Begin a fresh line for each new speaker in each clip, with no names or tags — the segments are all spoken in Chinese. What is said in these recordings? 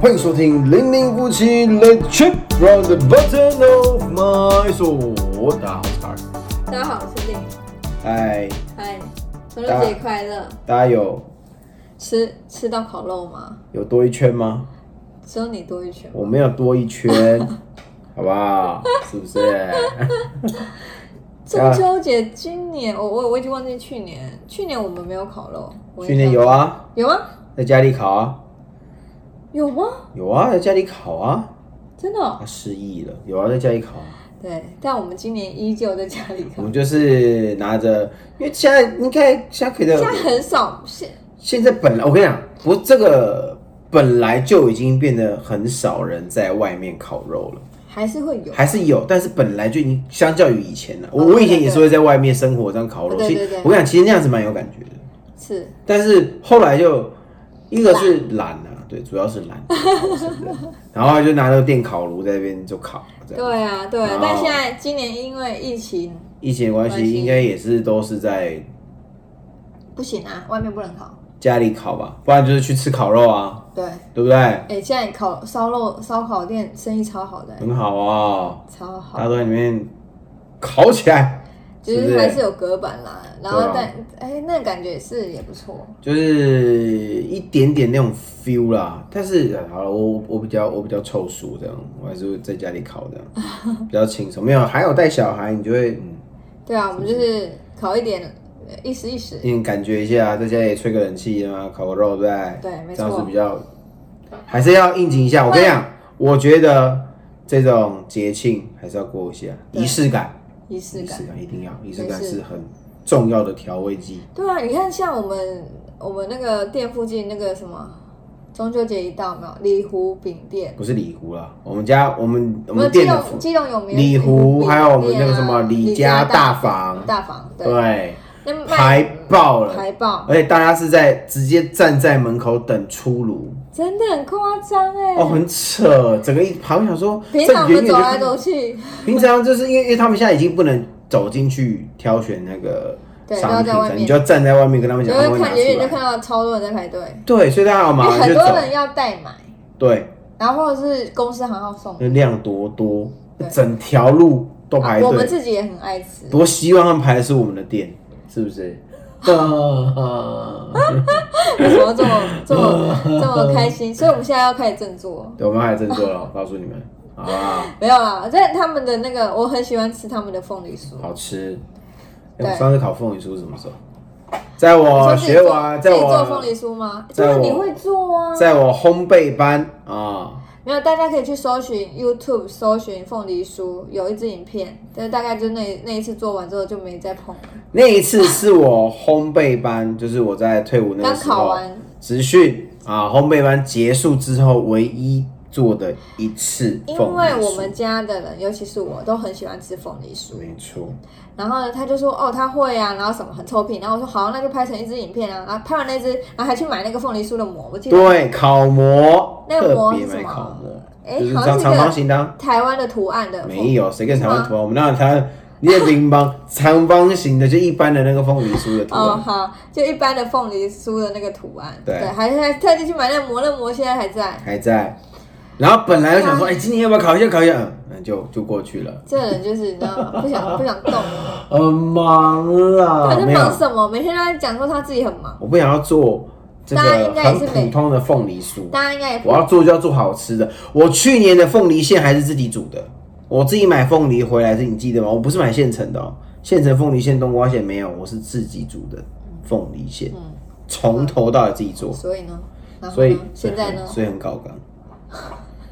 欢迎收听《零零夫妻 Let's Trip Round the Button of My Soul》。大家好，我是卡尔。
大家好，我是令。
嗨，
嗨，重阳节快乐！
哎大家有
吃吃到烤肉吗？
有多一圈吗？
只有你多一圈。
我没有多一圈， 好不好？是不是？啊
中秋节今年我我我已经忘记去年，去年我们没有烤肉。我
去年有啊，
有吗？
在家里烤啊，
有吗？
有啊，在家里烤啊。
真的哦、
他失忆了，有啊，在家里烤啊。
对，但我们今年依旧在家里
我
烤。
们就是拿着，因为现在应该现在可以的
现，在很少，现
现在本来我跟你讲，不，这个本来就已经变得很少人在外面烤肉了，
还是会有。
还是有，但是本来就已经相较于以前了。我、
哦
我以前也是
对
会在外面生活这样烤肉，
对
其
对
实
对
我跟你讲，其实那样子蛮有感觉的。
是
但是后来就一个是懒啊，对，主要是懒，然后就拿那个电烤炉在那边就烤，这样
对啊，对啊
哦。
但现在今年因为疫情
疫情的关
没
系
关系
应该也是都是在
不行啊，外面不能烤。
家里烤吧，不然就是去吃烤肉啊，
对，
对不对？
哎、现在烤烧肉烧烤店生意超好的、
很好啊、
超好
大。家都在里面烤起来，
就是
不
是
是
还是有隔板啦，然后
对啊
但哎、那感觉也是也不错。
就是一点点那种 feel 啦。但是好了，我我比较我比较凑数这样，我还是在家里烤这 样，比较轻松。没有，还有带小孩，你就会嗯，
对啊，我们就是烤一点，呃一时一时。
你感觉一下，在家里吹个冷气啊，烤个肉，对不对？
对没
这样
错
是比较，还是要应景一下。我跟你讲，我觉得这种节庆还是要过一下
对
仪式感，
仪式
仪
感
式。感一定要，仪式感
没事
是很重要的调味剂。
对啊，你看像我们我们那个店附近那个什么中秋节一到有没有李湖饼店，
不是李湖啦，我们家我们我
我
们
们
店
基
的服
隆基隆有名
李湖
饼
还有我们那个
店啊
什么李
李
家大
大
房
大房对，
对
那卖
排爆了，
排爆
而且大家是在直接站在门口等出炉，
真的很夸张哎。
哦，很扯，整个一旁我想说，
平常我
这远远
们
就
走来
看
走去，
平常就是因为因为他们现在已经不能走进去挑选那个
对
商
都
品
要在外，面
你就要站在外面跟他们
你
讲，哦他们
会
会拿
看远远就
出
看
来，
到超多人在排队，
对，所以大家要
因
马
为
上
很
就
多
走，
人要代买。
对，
然后或者是公司行号送，
那量多多
对，啊
整条路都嗯排
我们
队。
自己也很爱吃。
多希望他们排的是我们的店，是不是？ 对，
为什么这么 这么这么开心？所以我们现在要开始振作。
我们还真做了，告诉你们，好不好？
没有啦，但他们的那个我很喜欢吃他们的凤梨酥，
好吃。哎
对
我上次烤凤梨酥是什么时候？在我
你说自己
哦学
做
完，在
自己做凤
我
梨酥吗？
在
这
我
个你会做啊？
在我烘焙班啊，
没有，大家可以去搜寻 YouTube 搜寻凤梨酥，有一支影片，但是大概就那那一次做完之后就没再碰了。
那一次是我烘焙班，就是我在退伍那
刚
个时
烤
候
完，
职训啊，烘焙班结束之后唯一做的一次凤梨
因
酥。
为我们家的人，尤其是我都很喜欢吃凤梨酥，
没错，
然后呢，他就说哦他会啊，然后什么很臭屁，然后我说好，那就拍成一支影片啊，然后拍完那支，然后还去买那个凤梨酥的膜，我记得
对，烤模，
那个
特
膜
别
是什
买
么
烤模，
哎
就是
好
长
像是
长
一个
方形的啊，
台湾的图案的
没
凤，
有谁跟台湾
是
图案，我们那台湾列平方长方形的，就一般的那个凤梨酥的图
哦
案，
好，就一般的凤梨酥的那个图案，
对
还还特地去买那个膜，那膜现在还在，
还在。然后本来我想说，哎，今天要不要烤一下烤一下？嗯嗯，就就过去了，
这人就是你知道吗？不想不想 动，
很呃忙
他
啦，
在
啊没有
忙，什么？每天都在讲说他自己很忙，
我不想要做这
大家
个
应该也
很
是
普
没
通的凤梨酥，
大家应该也不
我要做就要做好吃的。我去年的凤梨馅还是自己煮的，我自己买凤梨回来是，你记得吗？我不是买现成的哦、现成凤梨馅、冬瓜馅没有，我是自己煮的凤梨馅，从头到尾自己做，
嗯所以呢，然后
所以
呢，现在呢，
所以很高纲。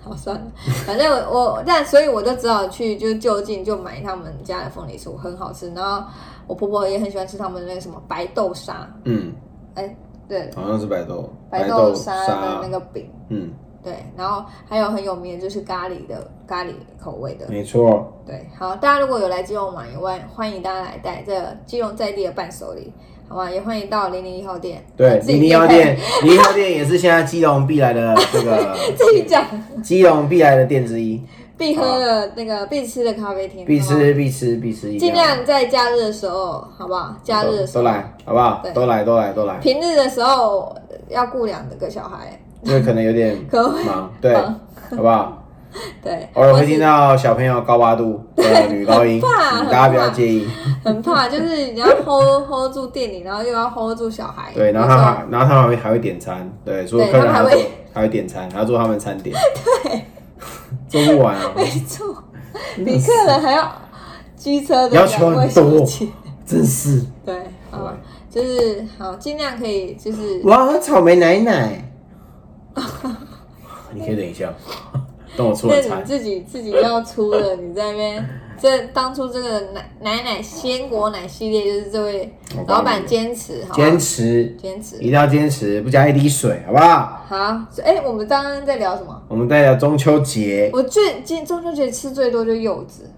好算了，反正我我但所以我就只好去就就近就买他们家的凤梨酥，很好吃。然后我婆婆也很喜欢吃他们的那个什么白豆沙，
嗯，
哎、对，
好像是白豆
白
豆
豆沙的那个饼，
嗯，
对。然后还有很有名的就是咖喱的咖喱口味的，
没错，
对。好，大家如果有来基隆玩，也欢欢迎大家来带这个基隆在地的伴手礼，好吗？也欢迎到零零一号店，
对，
自己
零零幺店， 零零幺店也是现在基隆必来的这个
自己讲
基隆必来的店之一，
必喝的那个必吃的咖啡厅，
必
好吗
吃必吃必吃，一定
尽
要
量在假日的时候，好不好？假日的时
都
候，
来，好不好
对？
都来，都来，都来。
平日的时候要顾两个小孩，
因为可能有点
可能会
忙，对，
忙
好不 好？
对，
偶尔
或
会
是
听到小朋友高八度，呃，女高 音，
很
嗯
怕很
大家不要
怕
介意。
很怕，就是你要 hold hold 住店里，然后又要 hold 住小孩，
对，然后他还，然后他们还会还会点餐，对，所有
对
客人
他们
还
还
会
会
还会点餐，还要做他们餐 点，对， 做不完啊，
没错，比客人还要机车的
要求很
两位小
多
姐，
真是。
对，好，啊就是好，尽量可以就是
我要喝草莓奶奶。 你可以等一下， 等我出
那
完
你
餐。
自己自己要出了，你在那边。 这当初这个奶奶奶鲜果奶系列，就是这位
我帮你
老板坚持，好吧
坚持，
坚
一
持。
定要坚持，不加一滴水，好不好？
好，所以哎、我们刚刚在聊什么？
我们代表中秋节，
我最近中秋节吃最多就柚子，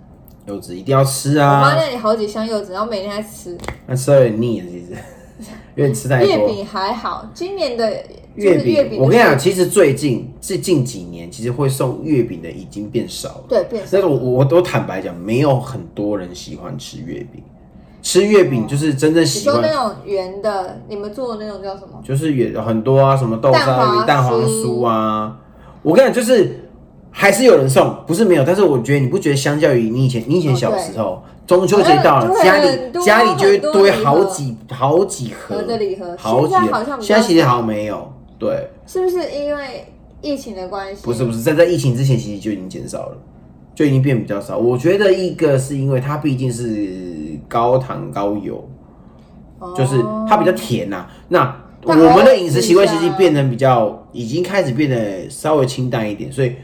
柚子一定要吃
我妈
啊，
那里好几箱柚子，然后每天在吃。
那吃的有点腻了，其实 有点吃太
月
多。
饼还好，今年的就
月
是月饼，
饼，我跟你讲，，其实最近是近几年，其实会送月饼的已经变少了。
对，变少
但是我我我坦白讲，没有很多人喜欢吃月饼，吃月饼就是真正
哦你
喜
说
欢
那种圆的，你们做的那种叫什么？
就是也很多啊，什么豆沙鱼、
蛋
蛋
黄
黄
酥
酥啊。我跟你讲，就是还是有人送，不是没有，但是我觉得你不觉得，相较于你以前，你以前
哦
小
对
时候，中秋节到了，
哎
家
对
里
多
家里就会
很多
堆
礼盒
好几好几盒
盒的礼盒
好几
现在好像比较
现在其实好像没有，对，
是不是因为疫情的关系？
不是不是，在在疫情之前，其实就已经减少了。就已经变比较少，我觉得一个是因为它毕竟是高糖高油，
哦，
就是它比较甜呐、那我
但哦偶尔
们的饮食习惯
吃
其
一下
实变得比较，已经开始变得稍微清淡一点，所以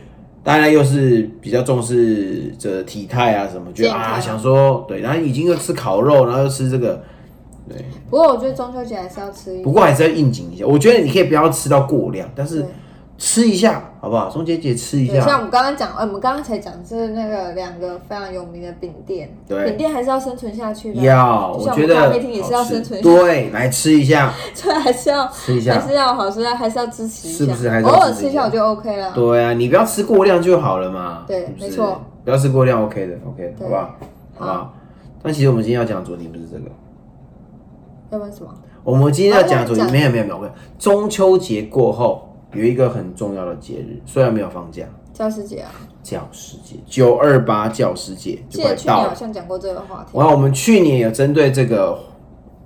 大家又是比较重视这体态啊什么，觉得
健康
啊想说对，然后已经又吃烤肉，然后又吃这个，
嗯
对。
不过我觉得中秋节还是要吃一
不过还是要应景一下，我觉得你可以不要吃到过量，但是
对
吃一下好不好？中秋节吃一
对，像我
下，
们刚刚讲，呃，我们刚刚才讲是那个两个非常有名的饼店，
对
饼店还是要生存下去的，
要
啊 就
我
像
觉
们咖
得
啡厅也是
好
要
吃
生存下去，
对，来吃一下，
所以还是要
吃一下
还是要好吃，还是要支持一下，
是不是还是
偶
要
尔
支
吃
持一下
一下我就 OK 了。
对啊，你不要吃过量就好了嘛。
对
是不是
没错，
不要吃过量，OK 的，OK，的
对
好不好？好不好？但其实我们今天要讲的主题不是这个，
要不然什么？
我们今天要讲的主题
哦那你讲
没有没有没有，我跟你讲中秋节过后有一个很重要的节日，虽然没有放假，
教师节啊，
教师节，九二八教师节就
记
快
得去年
到
好
了。
像讲过这个话题。
然后我们去年有针对这个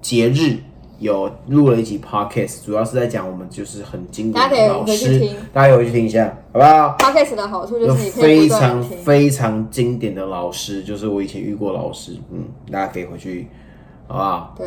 节日有录了一集 podcast，主要是在讲我们就是很经典
大家可
的
以
老
回去
师
听，
大家回去听一下，好不好？
Podcast 的好处
有
就是你可以
非
不断
常
地听，
非常经典的老师，就是我以前遇过老师，嗯，大家可以回去，好不好？
对，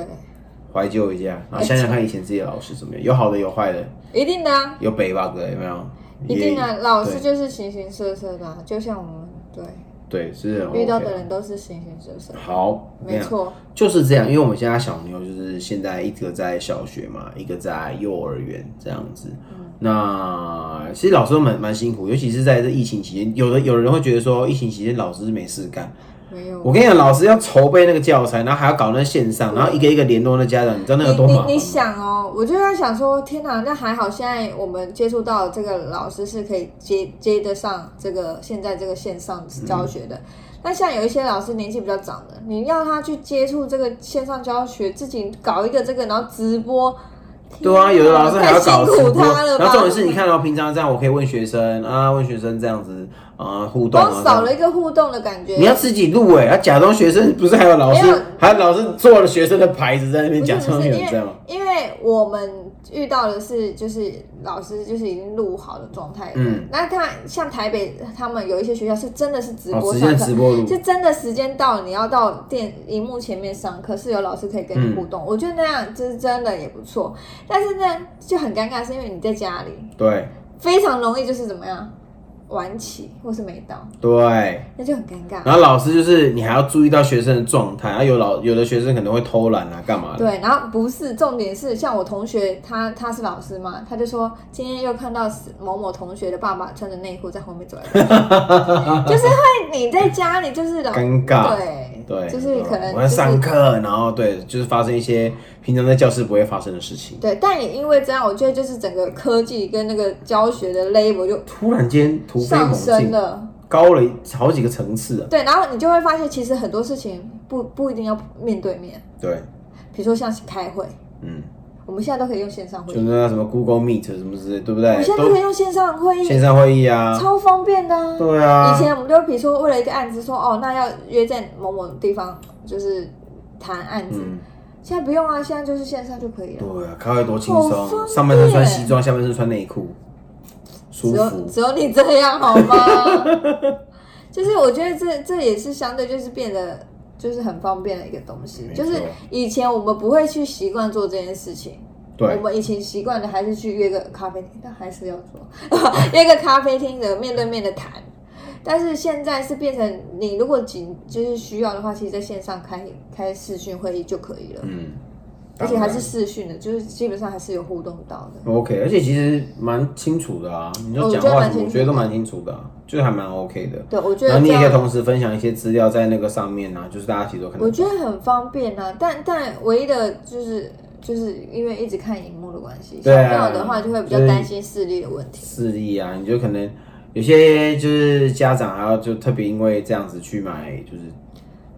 怀旧一下，啊然后想想看以前自己的老师怎么样，有好的有坏的，
一定的啊，
有北吧的有没有？
一定的啊，
也
老师就是形形色色的啊，就像我们对
对，是很
遇到
哦 OK
的人都是形形色色，
好，这
没
样
错，
就是这样，因为我们现在小妞就是现在一个在小学嘛，一个在幼儿园这样子。
嗯
那其实老师都蛮蛮辛苦，尤其是在这疫情期间，有的有人会觉得说，疫情期间老师没事干，
没有。
我跟你讲，老师要筹备那个教材，然后还要搞那线上，然后一个一个联络那家长，你知道那个多啊麻
嗯你你你
烦？
想哦，我就在想说，天哪，那还好，现在我们接触到这个老师是可以接接得上这个现在这个线上教
嗯
学的。那像有一些老师年纪比较长的，你要他去接触这个线上教学，自己搞一个这个，然后直播。
对啊，
天
有的
哪
老师还要搞
太辛
直
苦
播
他，了吧？
然后重点是你看到平常这样，我可以问学生啊，问学生这样子啊互动啊
光
这
哦少
样。
了一个互动的感觉。
你要自己录哎，要假装学生，不是还有老
没有
师，还有老师做了学生的牌子在那边
不是
假
不
装
是，
有
因
人这
为
样。
因为我们遇到的是就是老师就是已经录好的状态，
嗯，
那他像台北他们有一些学校是真的是直
哦，
播
直接
上课，
直播录，
是真的时间到了你要到电荧幕前面上课，是有老师可以跟你互动，
嗯
我觉得那样就是真的也不错，但是呢就很尴尬，是因为你在家里
对
非常容易就是怎么样晚起或是没到，
对。
那就很尴尬。
然后老师就是你还要注意到学生的状态，啊，有老有的学生可能会偷懒啊，干嘛的？
对，然后不是重点是，像我同学，他他是老师嘛，他就说今天又看到某某同学的爸爸穿着内裤在后面走来走 去，就是会你在家里就是老
尴尬。
对
对，
就是可能
我
就
在
是
上课，然后对，就是发生一些平常在教室不会发生的事情。
对，但也因为这样，我觉得就是整个科技跟那个教学的 level 就
突然间突飞
上
猛
升
进，
了。
高了好几个层次啊！
对，然后你就会发现，其实很多事情不不一定要面对面，
对，
比如说像是开会，
嗯，
我们现在都可以用线上会
就
议，
那什么 Google Meet 什么之类，对不对
我们？现在都可以
都
用线上会议，
线上会议啊，
超方便的啊。
对啊，
以前我们就比如说为了一个案子说哦，那要约在某某地方，就是谈案子。
嗯，
现在不用啊，现在就是线上就可以了。
对啊，开会多轻
好方
松，
便
上半身穿西装，下半身穿内裤，舒
只有
服。
只有你这样好吗？ 就是我觉得这这也是相对就是变得就是很方便的一个东西
没，错
就是以前我们不会去习惯做这件事情。我
对，
们以前习惯的还是去约个咖啡厅，但还是要做 约个咖啡厅的面对面的谈。但是现在是变成你如果紧就是需要的话，其实在线上开开视讯会议就可以了，
嗯，
而且还
当
是
然
视讯的，就是基本上还是有互动到的。
OK，而且其实蛮清楚的啊，你就
哦
讲
我觉得
话
蛮
什么，我
清楚
觉得都
的
蛮清楚的啊，就是还蛮 OK 的。
对，我觉
然后你
得
也
这
可以
样，
同时分享一些资料在那个上面啊，就是大家其实都看到。
我觉得很方便啊。但但唯一的就是就是因为一直看荧幕的关系，小
对啊
朋友的话就会比较
就是
担心视力的问题。
视力啊，你就可能有些就是家长还要就特别因为这样子去买就是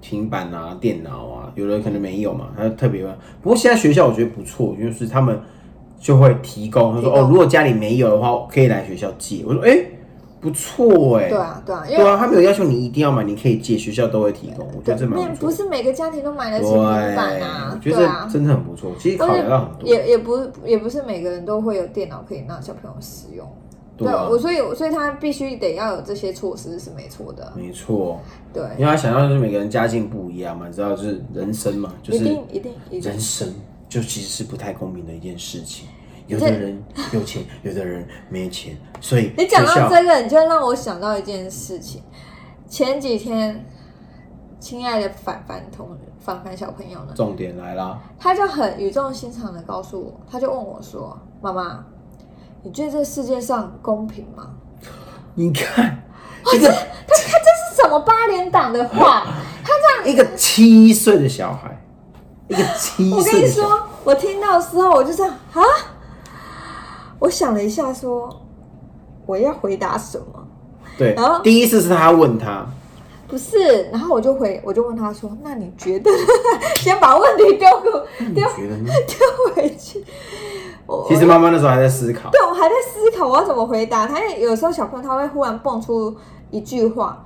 平板啊、电脑啊，有的可能没有嘛，他就特别问。不过现在学校我觉得不错，就是他们就会提供，他说
提供
哦，如果家里没有的话，可以来学校借。我说哎、不错哎、
啊对啊，对啊，因
对
为
啊，他没有要求你一定要买，你可以借，学校都会提供，我觉
对，
得这蛮
没
啊不错。
不是每个家庭都买得
对，
起平板啊，
我觉
对
得
啊
这，真的很不错。其实
或
考
是
量到很多，
也也不也不是每个人都会有电脑可以让小朋友使用。
对啊
我所以所以他必须得要有这些措施是没错的，
没错。
对，
嗯因为他想要就是每个人家境不一样嘛，你知道就是人生嘛，就
一
是
定一定一定
人生就其实是不太公平的一件事情。有的人有钱，有的人没钱，所以
你讲
学校
到这个，你就让我想到一件事情。前几天，亲爱的凡凡同凡凡小朋友呢，
重点来啦，
他就很语重心长的告诉我，他就问我说：“妈妈，你觉得这世界上公平吗？”
你看一个
他他这是什么八连档的话？
一个七岁的小孩，一个七
我跟
岁
你
的小孩，
说，我听到的时候我就这样啊，我想了一下说我要回答什么，
对
然后，
第一次是他问他，
不是，然后我就回我就问他说，那你觉得？ 先把问题丢回
你
丢
觉得呢？
丢回去。我
其实妈妈那时候还在思考，
对我还在思考我要怎么回答他，因为有时候小朋友他会忽然蹦出一句话，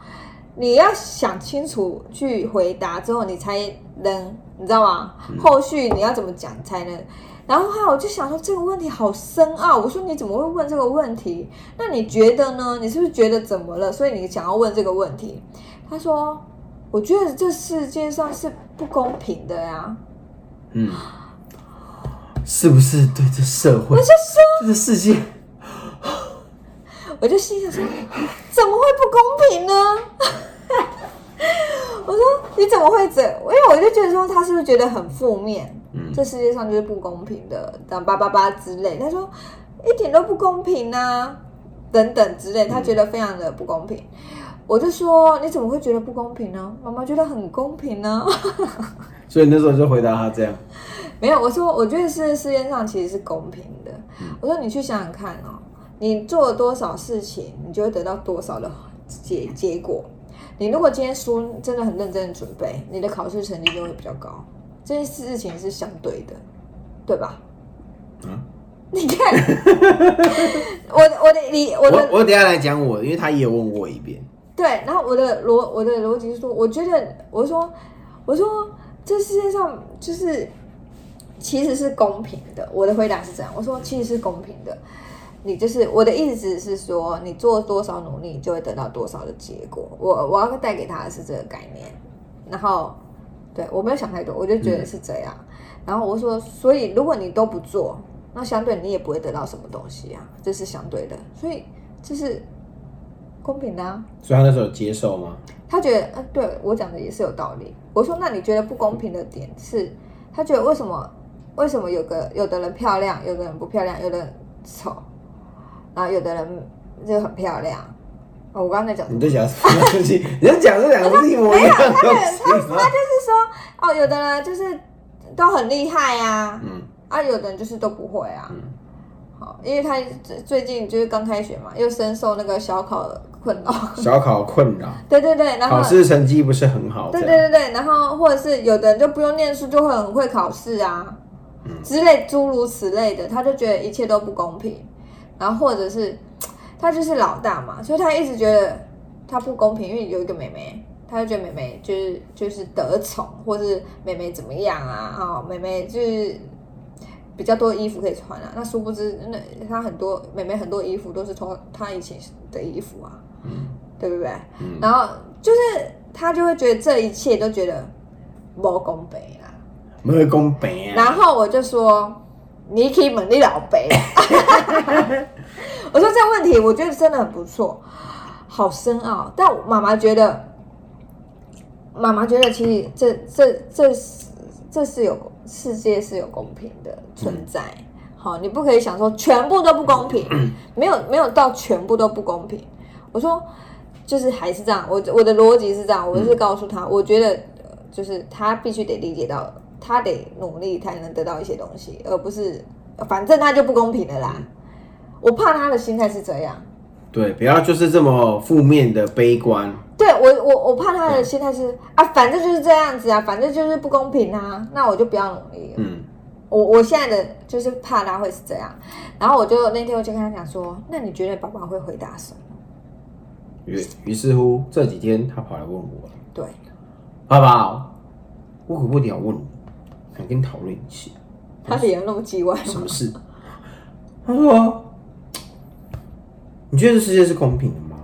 你要想清楚去回答之后，你才能你知道吗？后续你要怎么讲才能？然后哈，我就想说这个问题好深奥，我说你怎么会问这个问题？那你觉得呢？你是不是觉得怎么了？所以你想要问这个问题？他说，我觉得这世界上是不公平的呀、
嗯，是不是对这社会
我就、说。
这个世界
我就心想说，怎么会不公平呢？ 我说你怎么会这？因为我就觉得说他是不是觉得很负面？
嗯
这世界上就是不公平的，等叭叭叭之类。他说一点都不公平啊，等等之类，他觉得非常的不公平。我就说你怎么会觉得不公平呢？妈妈觉得很公平啊呢、
所以那时候就回答他这样，
没有，我说我觉得是世界上其实是公平的。
嗯
我说你去想想看哦，你做了多少事情，你就会得到多少的结结果。你如果今天书真的很认真的准备，你的考试成绩就会比较高。这件事情是相对的，对吧？
嗯
你看， 我的我的理我的
我我等一下来讲我的，因为他也问我一遍，
对，然后我的逻我的逻辑是说，我觉得我说我说这世界上就是其实是公平的。我的回答是这样，我说其实是公平的。你就是我的意思是说，你做多少努力，你就会得到多少的结果。我我要带给他的是这个概念，然后对我没有想太多，我就觉得是这样。然后我说，所以如果你都不做，那相对你也不会得到什么东西啊，这是相对的，所以这是公平的、啊。
所以他那时候有接受吗？
他觉得，嗯，对我讲的也是有道理。我说，那你觉得不公平的点是，他觉得为什么为什么有个有的人漂亮，有的人不漂亮，有的人丑，然后有的人就很漂亮。哦、我刚刚在讲什
你
么，
在讲什么东西？ 你在讲这两个是一模一样的东西 吗？
就是说，哦，有的人就是都很厉害啊，
嗯
啊，有的人就是都不会啊。
嗯，
好，因为他最最近就是刚开学嘛，又深受那个小考的困扰。
小考困扰，
对对对，然后
考试成绩不是很好，
对
这
对
样
对对，然后或者是有的人就不用念书就会很会考试啊，
嗯
之类诸如此类的，他就觉得一切都不公平，然后或者是他就是老大嘛，所以他一直觉得他不公平，因为有一个妹妹，他就觉得妹妹就是就是得宠，或是妹妹怎么样啊，哦，妹妹就是比较多衣服可以穿啊，那殊不知那他很多妹妹很多衣服都是从他以前的衣服啊，对不对？
嗯
然后就是他就会觉得这一切都觉得不公平啊。
没有公平
然
啊，
后我就说：“你去问你老伯。”我说这问题我觉得真的很不错，好深奥。但我妈妈觉得，妈妈觉得其实这这这是这是有世界是有公平的存在。好，你不可以想说全部都不公平，没有没有到全部都不公平。我说就是还是这样，我我的逻辑是这样，我
嗯
是告诉他，我觉得呃就是他必须得理解到，他得努力才能得到一些东西，而不是呃反正他就不公平了
嗯
啦。我怕他的心态是这样，
对，不要就是这么负面的悲观，
对我我我怕他
嗯
的心态是啊，反正就是这样子啊，反正就是不公平啊，那我就不要努力了。
嗯，
我我现在的就是怕他会是这样，然后我就那天我就跟他讲说，那你觉得爸爸会回答什么？
于于是乎这几天他跑来问我，
对，
爸爸，我可不得要问你，想跟你讨论一下嗯
他的言论那么叽歪
什
吗
么？事。他说：“啊你觉得这世界是公平的吗？”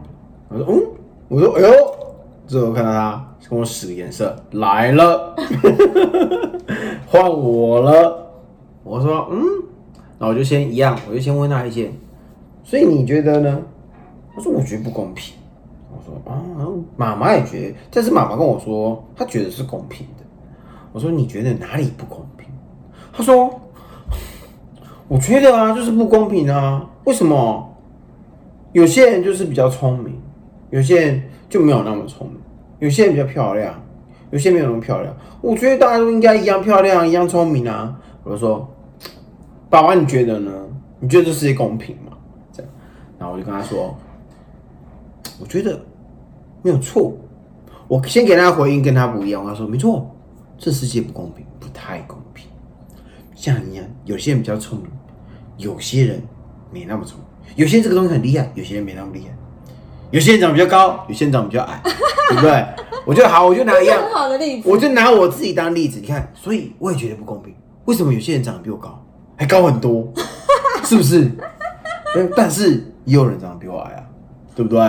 我说：“嗯。”我说：“哎呦！”这我看到他跟我使个眼色，来了， 换我了。我说：“嗯。”然后我就先一样，我就先问他一些，所以你觉得呢？他说：“我觉得不公平。”我说：“啊，妈妈也觉得，但是妈妈跟我说，她觉得是公平的。”我说：“你觉得哪里不公平？”他说：“我觉得啊，就是不公平啊。为什么？有些人就是比较聪明，有些人就没有那么聪明，有些人比较漂亮，有些没有那么漂亮。我觉得大家都应该一样漂亮，一样聪明啊。我就说，爸爸，你觉得呢？你觉得这世界公平吗？这样，然后我就跟他说，我觉得没有错。我先给他的回应跟他不一样，我跟他说没错，这世界不公平，不太公平。像你一样，有些人比较聪明，有些人没那么聪明，有些人这个东西很厉害，有些人没那么厉害，有些人长得比较高，有些人长得比较矮，对不对？我就好，我就拿一
这是
样
很，好的例子。
我就拿我自己当例子，你看，所以我也觉得不公平。为什么有些人长得比我高，还高很多，是不是？嗯但是也有人长得比我矮啊，对不对？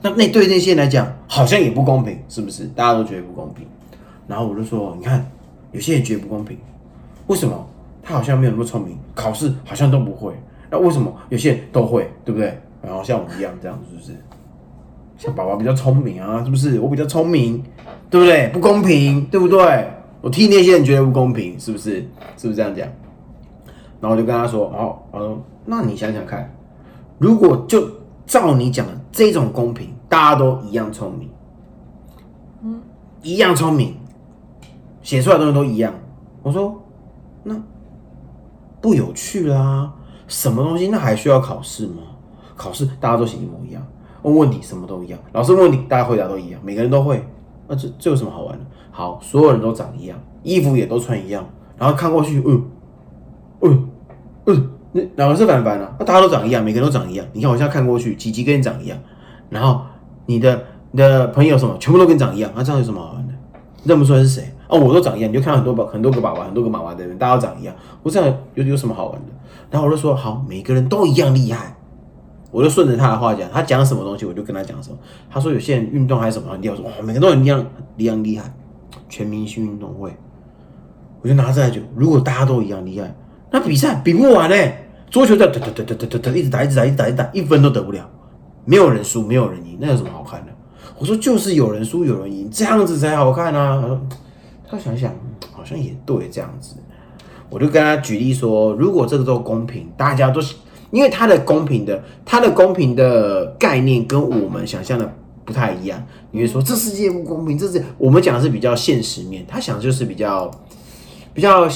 那那对那些人来讲，好像也不公平，是不是？大家都觉得不公平。然后我就说，你看，有些人觉得不公平，为什么他好像没有那么聪明，考试好像都不会？那为什么有些人都会，对不对？然后像我们一样这样，是不是？像爸爸比较聪明啊，是不是？我比较聪明，对不对？不公平，对不对？我替那些人觉得不公平，是不是？是不是这样讲？然后我就跟他说，哦，我说，那你想想看，如果就照你讲的这种公平，大家都一样聪明，一样聪明，写出来的东西都一样，我说，那不有趣啦，什么东西那还需要考试吗？考试大家都写一模一样，问问题什么都一样，老师问你，大家回答都一样，每个人都会，那这这有什么好玩的？好，所有人都长一样，衣服也都穿一样，然后看过去，嗯，嗯，嗯，那哪个是凡凡啊？那大家都长一样，每个人都长一样。你看我现在看过去，几集跟你长一样，然后你的你的朋友什么，全部都跟你长一样，那、这样有什么好玩的？认不出来是谁哦，我都长一样，你就看到很多爸很多个爸爸，很多个妈妈的人，大家都长一样，我这样有有什么好玩的？然后我就说好，每个人都一样厉害，我就顺着他的话讲，他讲什么东西我就跟他讲什么。他说有些人运动还是什么很厉害，我说哇，每个人都很一样一样厉害，全明星运动会，我就拿这来就，如果大家都一样厉害，那比赛比不完嘞、桌球在哒哒哒哒哒哒一直打一直打一直打一直打，一分都得不了，没有人输没有人赢，那有什么好看的？我说就是有人输有人赢，这样子才好看啊。他说他想想嗯好像也对，这样子。我就跟他举例说，如果这个都公平，大家都是因为他的公平的，他的公平的概念跟我们想象的不太一样。你会说这世界不公平，这是我们讲的是比较现实面，他想的就是比较比较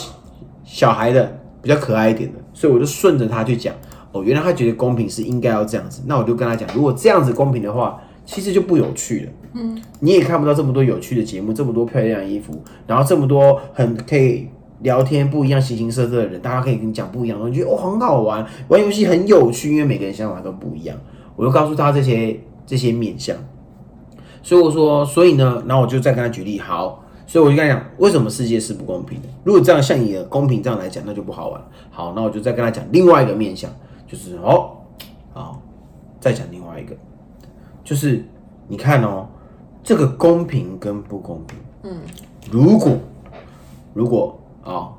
小孩的，比较可爱一点的，所以我就顺着他去讲。哦，原来他觉得公平是应该要这样子，那我就跟他讲，如果这样子公平的话，其实就不有趣了。嗯，你也看不到这么多有趣的节目，这么多漂亮的衣服，然后这么多很可以聊天不一样、形形色色的人，大家可以跟你讲不一样的东西，你觉得哦很好玩，玩游戏很有趣，因为每个人想法都不一样。我就告诉他这些这些面相，所以我说，所以呢，然后我就再跟他举例，好，所以我就跟他讲，为什么世界是不公平的？如果这样像你的公平这样来讲，那就不好玩了。好，那我就再跟他讲另外一个面相，就是哦，好，再讲另外一个，就是你看哦，这个公平跟不公平，
嗯，
如果如果啊、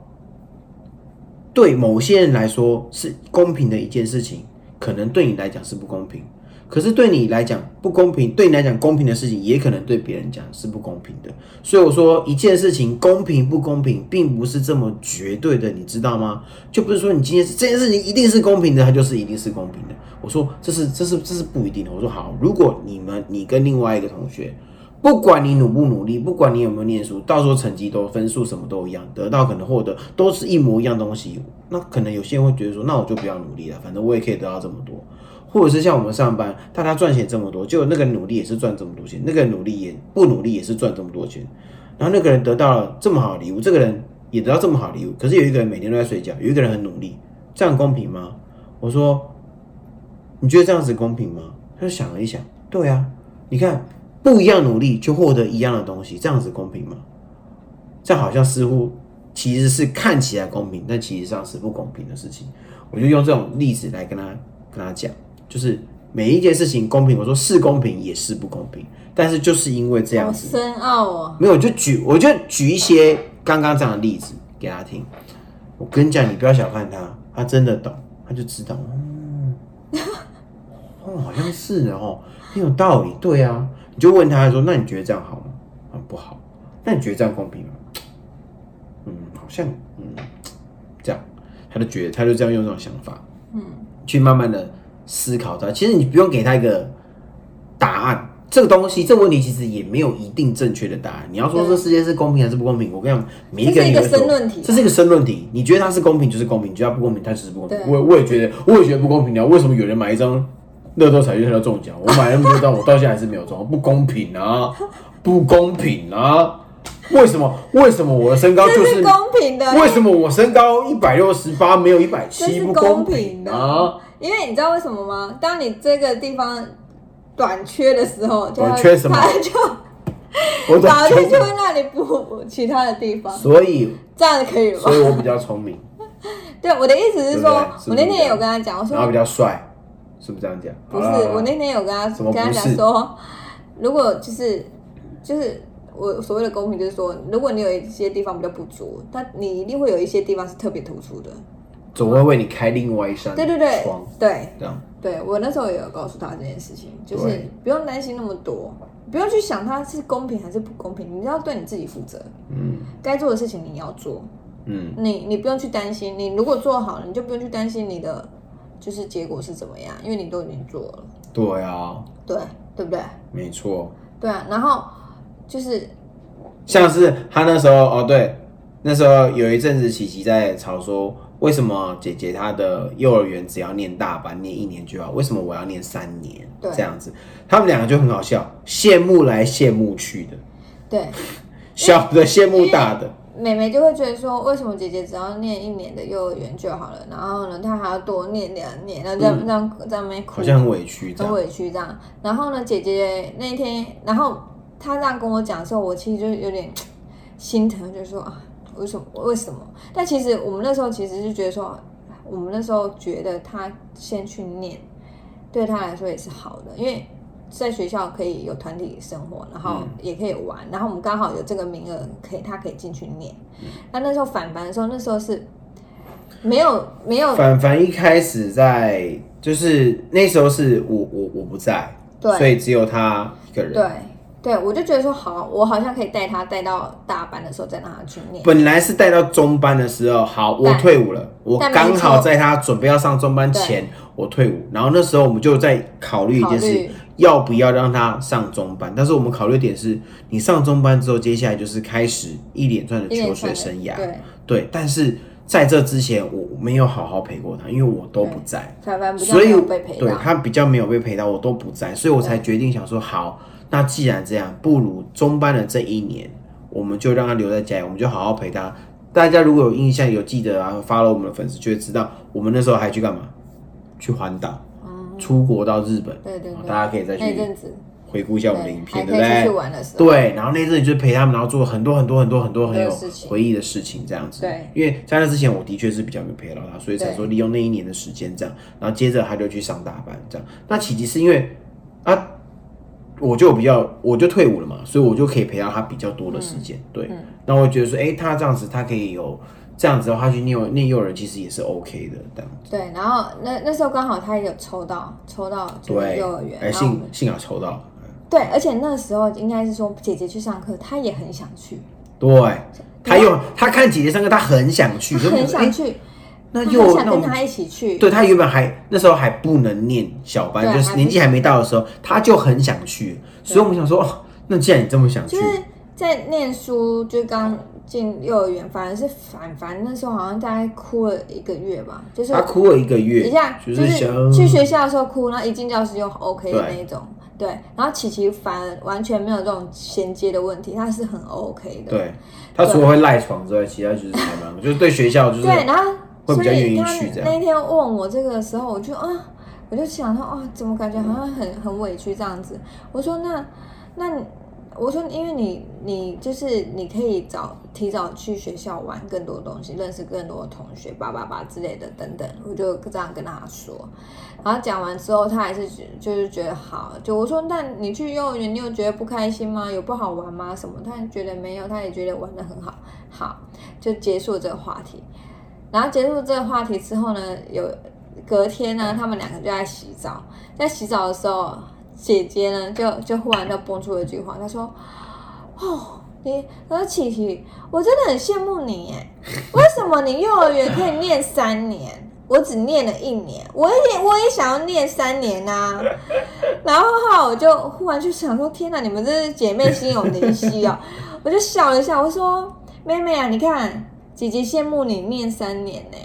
对某些人来说是公平的一件事情，可能对你来讲是不公平。可是对你来讲不公平，对你来讲公平的事情，也可能对别人讲是不公平的。所以我说，一件事情公平不公平，并不是这么绝对的，你知道吗？就不是说你今天是这件事情一定是公平的，它就是一定是公平的。我说这是这是这是不一定的。我说好，如果你们你跟另外一个同学，不管你努不努力，不管你有没有念书，到时候成绩都分数什么都一样，得到可能获得都是一模一样东西。那可能有些人会觉得说，那我就不要努力了，反正我也可以得到这么多。或者是像我们上班，大家赚钱这么多，就那个努力也是赚这么多钱，那个努力也不努力也是赚这么多钱。然后那个人得到了这么好的礼物，这个人也得到这么好的礼物，可是有一个人每天都在睡觉，有一个人很努力，这样公平吗？我说你觉得这样子公平吗？他就想了一想，对啊，你看不一样努力就获得一样的东西，这样子公平吗？这样好像似乎其实是看起来公平，但其实上是不公平的事情。我就用这种例子来跟他跟他讲，就是每一件事情公平，我说是公平也是不公平，但是就是因为这样
好
子，
深奥哦，
没有，我就举，我就举一些刚刚这样的例子给他听。我跟你讲，你不要小看他，他真的懂，他就知道。嗯，哦，好像是哦，很有道理。对啊，你就问他说：“那你觉得这样好吗？”嗯，不好。那你觉得这样公平吗？嗯，好像，嗯，这样，他就觉得，他就这样用这种想法，
嗯，
去慢慢的思考它。其实你不用给他一个答案，这个东西，这个问题其实也没有一定正确的答案。你要说
对
这世界是公平还是不公平，我跟你讲，每一个
这是
人
一个
有所
申论题啊
这是一个申论题。你觉得它是公平就是公平，你觉得它不公平它就是不公平。
对啊
我我也觉得，我也觉得不公平啊！为什么有人买一张乐透彩券他就中奖，我买了那么多张，我到现在还是没有中，不公平啊！不公平啊！为什么？为什么我的身高就
这
是
是公平的，
为什么我身高一百六十八没有一百
这
七
是
不
公
平
的
啊？，
因为你知道为什么吗？当你这个地方短缺的时候，就
短
它
缺什么
它就
我懂
老天就会让你补其他的地方，
所以，
这样可以了吧
所？以我比较聪明，
对，我的意思是说
对不对，是
我那天也有跟他讲，我
然后
说
比较帅，是不是这样讲？
不是
好啦，
我那天有跟他
什么
跟
不
他讲
是
说，如果就是就是我所谓的公平，就是说，如果你有一些地方比较不足，但你一定会有一些地方是特别突出的。
总会为你开另外一扇
对对对
窗，
对
这样
对，我那时候也有告诉他这件事情，就是
对
不用担心那么多，不用去想他是公平还是不公平，你要对你自己负责，
嗯
该做的事情你要做，
嗯，
你你不用去担心，你如果做好了，你就不用去担心你的就是结果是怎么样，因为你都已经做了，
对啊，
对对不对？
没错，
对啊，然后就是
像是他那时候哦，对，那时候有一阵子琪琪在吵说，为什么姐姐她的幼儿园只要念大班，念一年就好，为什么我要念三年？
对
这样子，他们两个就很好笑，羡慕来羡慕去的，
对
小的羡慕大的，
妹妹就会觉得说，为什么姐姐只要念一年的幼儿园就好了，然后呢，她还要多念两年，然后这样、这样这样没哭
好，像很委屈这
很
样。
委屈这样。然后呢，姐姐那一天，然后她这样跟我讲的时候，我其实就有点心疼，就说啊，为什么为什么？但其实我们那时候其实是觉得说，我们那时候觉得她先去念，对她来说也是好的，因为。在学校可以有团体生活，然后
嗯
也可以玩，然后我们刚好有这个名额，可以她可以进去念。那那时候反班的时候，那时候是没有没有
凡凡一开始在，就是那时候是我我我不在，
对
所以只有他一个人。
对对，我就觉得说好，我好像可以带他带到大班的时候再让他去念。
本来是带到中班的时候，好，我
但
退伍了，我
但没
刚好
错
在他准备要上中班前，我退伍。然后那时候我们就在考虑一件
考
事
虑，
要不要让他上中班。但是我们考虑的点是，你上中班之后，接下来就是开始一连串的
一
求
连
学
串的
生涯。
对，
对，但是在这之前，我没有好好陪过他，因为我都不在。
反班不叫
所
没
以
有被陪
对
到。
他比较没有被陪到，我都不在，所以我才决定想说，好，
嗯
那既然这样，不如中班的这一年，我们就让他留在家里，我们就好好陪他大家如果有印象，有记得啊，follow 我们的粉丝就会知道，我们那时候还去干嘛？去环岛，出国到日本。
对对哦对
哦大家可以再
那一
去
阵子，
回顾一下我们的影片，
还
对不
可以出去
对？
玩的时候，
对，然后那阵你就陪他们，然后做很多很多很多很多很有
很多事情
回忆的事情，这样子。
对，
因为在那之前我的确是比较没有陪到他，所以才说利用那一年的时间这样，然后接着他就去上大班这样。那琪琪是因为啊，我就比较我就退伍了嘛，所以我就可以陪到他比较多的
嗯
时间。对，那我觉得说，哎、他这样子他可以有这样子的话去念念幼儿，其实也是 OK 的，这样。
对，然后那那时候刚好他也有抽到抽到就是
对
幼儿，园，
哎、
然后我
幸
们
幸好抽到了，
对，而且那时候应该是说姐姐去上课，她也很想去，
对。他又他看姐姐上课，他很想去，
她
可是我
很
哎
想去，
那
她
又
很想
那
跟
我
她一起去，
对他原本还那时候还不能念小班，
对
就是
还不
年纪还没到的时候，他就很想去，所以我们想说，哦，那既然你这么想去
就，是在念书，就刚进幼儿园，反而是反凡那时候好像大概哭了一个月吧，就是
他啊哭了一个月
一下，
就
就是是
想
去学校的时候哭，然后一进教室就 OK 的
对
那一种。对，然后琪琪反而完全没有这种衔接的问题，她是很 OK 的。
对，他除了会赖床之外，其他就是还蛮，就是对学校就是
对，然后
会
所
比较愿
以
意
他
去这样
那一天问我这个的时候，我就啊，我就想说啊，怎么感觉好像很很委屈这样子？我说那那你我说，因为你你就是你可以早提早去学校玩更多东西，认识更多的同学，叭叭叭之类的等等，我就这样跟他说。然后讲完之后，他还是觉就是觉得好，就我说那你去幼儿园，你有觉得不开心吗？有不好玩吗？什么？他觉得没有，他也觉得玩的很好。好，就结束这个话题。然后结束这个话题之后呢，有隔天呢，他们两个就在洗澡，在洗澡的时候，姐姐呢就就忽然就蹦出了一句话，她说：“哦，你，她说琪琪，我真的很羡慕你耶，为什么你幼儿园可以念三年？”我只念了一年，我也我也想要念三年呐、然后后来我就忽然就想说，天哪，你们这是姐妹心有灵犀哦！我就笑了一下，我说：“妹妹啊，你看，姐姐羡慕你念三年呢、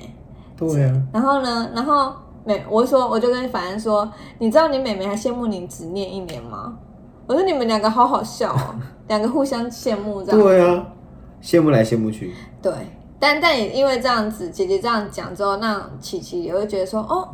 对啊，
然后呢，然后美，我说我就跟凡安说，你知道你妹妹还羡慕你只念一年吗？我说你们两个好好笑 哦，两个互相羡慕这样。
对啊，羡慕来羡慕去，
对，但但也因为这样子，姐姐这样讲之后，让琪琪也会觉得说，哦，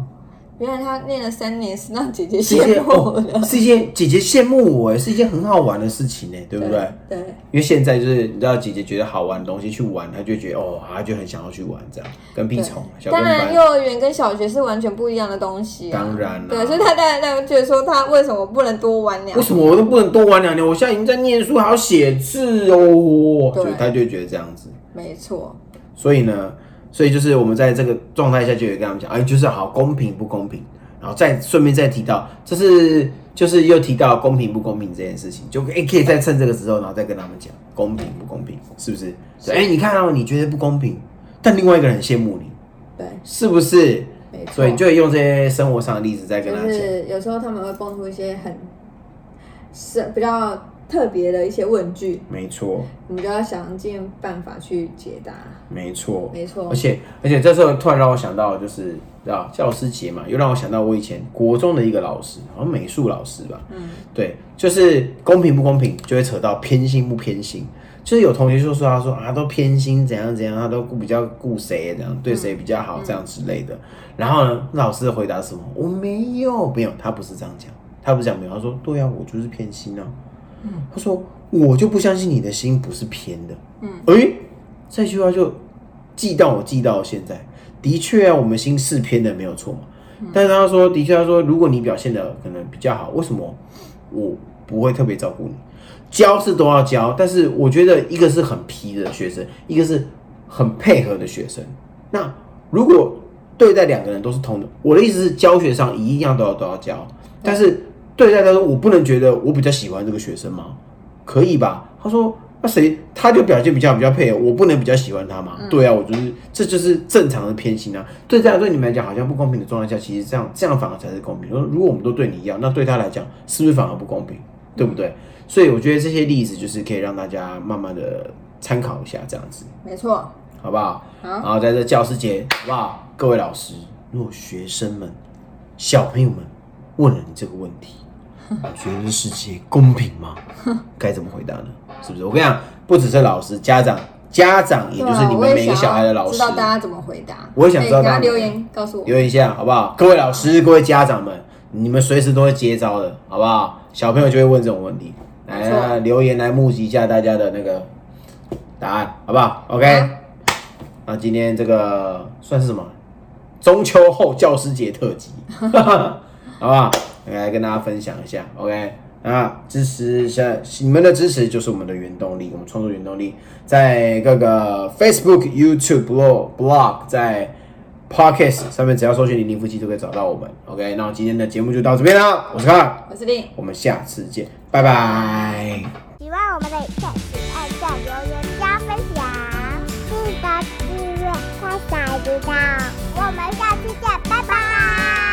原来她念了三年是让姐姐
是一件
羡慕的
哦， 是一件姐姐羡慕我，欸是一件很好玩的事情呢，对不对？
对对
因为现在就是你知道，姐姐觉得好玩的东西去玩，她就觉得哦，她就很想要去玩这样，跟屁虫小跟
当然，
班
幼，儿园跟小学是完全不一样的东西、啊。
当然啦
对，所以他大家觉得说他为什么不能多玩两
为什么我都不能多玩两年？我现在已经在念书，还要写字哦。
对
就他就觉得这样子，
没错，
所以呢，所以就是我们在这个状态下就有跟他们讲，哎，就是好公平不公平，然后再顺便再提到，这是就是又提到公平不公平这件事情，就哎可以再趁这个时候，然后再跟他们讲公平不公平，是不是？对哎，你看到、你觉得不公平，但另外一个人很羡慕你，
对，
是不是？
没错。
所以你就会用这些生活上的例子再跟
就
他讲。
是有时候他们会蹦出一些很是比较特别的一些问句，
没错，
我们就要想尽办法去解答。
没错，
没错
而，且而且这时候突然让我想到，就是你知道教师节嘛，又让我想到我以前国中的一个老师，好像美术老师吧，
嗯，
对，就是公平不公平，就会扯到偏心不偏心。就是有同学就说他说啊都偏心怎样怎样，他都顾比较顾谁怎样，对谁比较
嗯
好这样之类的。然后呢，老师的回答是什么？我没有，没有，他不是这样讲，他不是讲没有，他说对啊，我就是偏心啊。他说我就不相信你的心不是偏的。
嗯，
诶、这句话就记到我记到现在。的确啊，我们心是偏的，没有错嘛。但是他说，的确，他说，如果你表现的可能比较好，为什么我不会特别照顾你？教是都要教，但是我觉得一个是很皮的学生，一个是很配合的学生。那如果对待两个人都是同的，我的意思是教学上一样都要都要教，但是对待他说，我不能觉得我比较喜欢这个学生吗？可以吧？他说那谁他就表现比较比较配合，我不能比较喜欢他吗？对啊，我就是这就是正常的偏心啊。对这样对你们来讲好像不公平的状态下，其实这样这样反而才是公平。如果如果我们都对你一样，那对他来讲是不是反而不公平？对不对？所以我觉得这些例子就是可以让大家慢慢的参考一下，这样子
没错。
好不好？然
好，
后在这教师节，好不好？各位老师，如果学生们、小朋友们问了你这个问 题，你觉得这世界公平吗？该怎么回答呢？是不是？我跟你讲，不只是老师、家长、家长，也
对
就是
啊，
你
我
们每
也
个小
想
孩的
要
老
知
师，
道大家怎么回答。
我也想
所以
知道
等
大
下
家
留言告诉我。
留言一下好不好？各位老师、各位家长们，你们随时都会接招的，好不好？小朋友就会问这种问题，来
没错
来留言来募集一下大家的那个答案，好不好？OK
好。
那今天这个算是什么？中秋后教师节特辑， 好不好？来跟大家分享一下，OK。那支持一下你们的支持就是我们的原动力，我们创作原动力，在各个 Facebook、YouTube、Blog、Blog 在 Podcast 上面，只要搜寻“零零夫妻”就可以找到我们。OK，那今天的节目就到这边啦，我是康康，
我是令。
我们下次见，拜拜。
喜欢我们的影片，请按赞、留言、加分享，记得订阅、开小铃铛。我们下期见，拜拜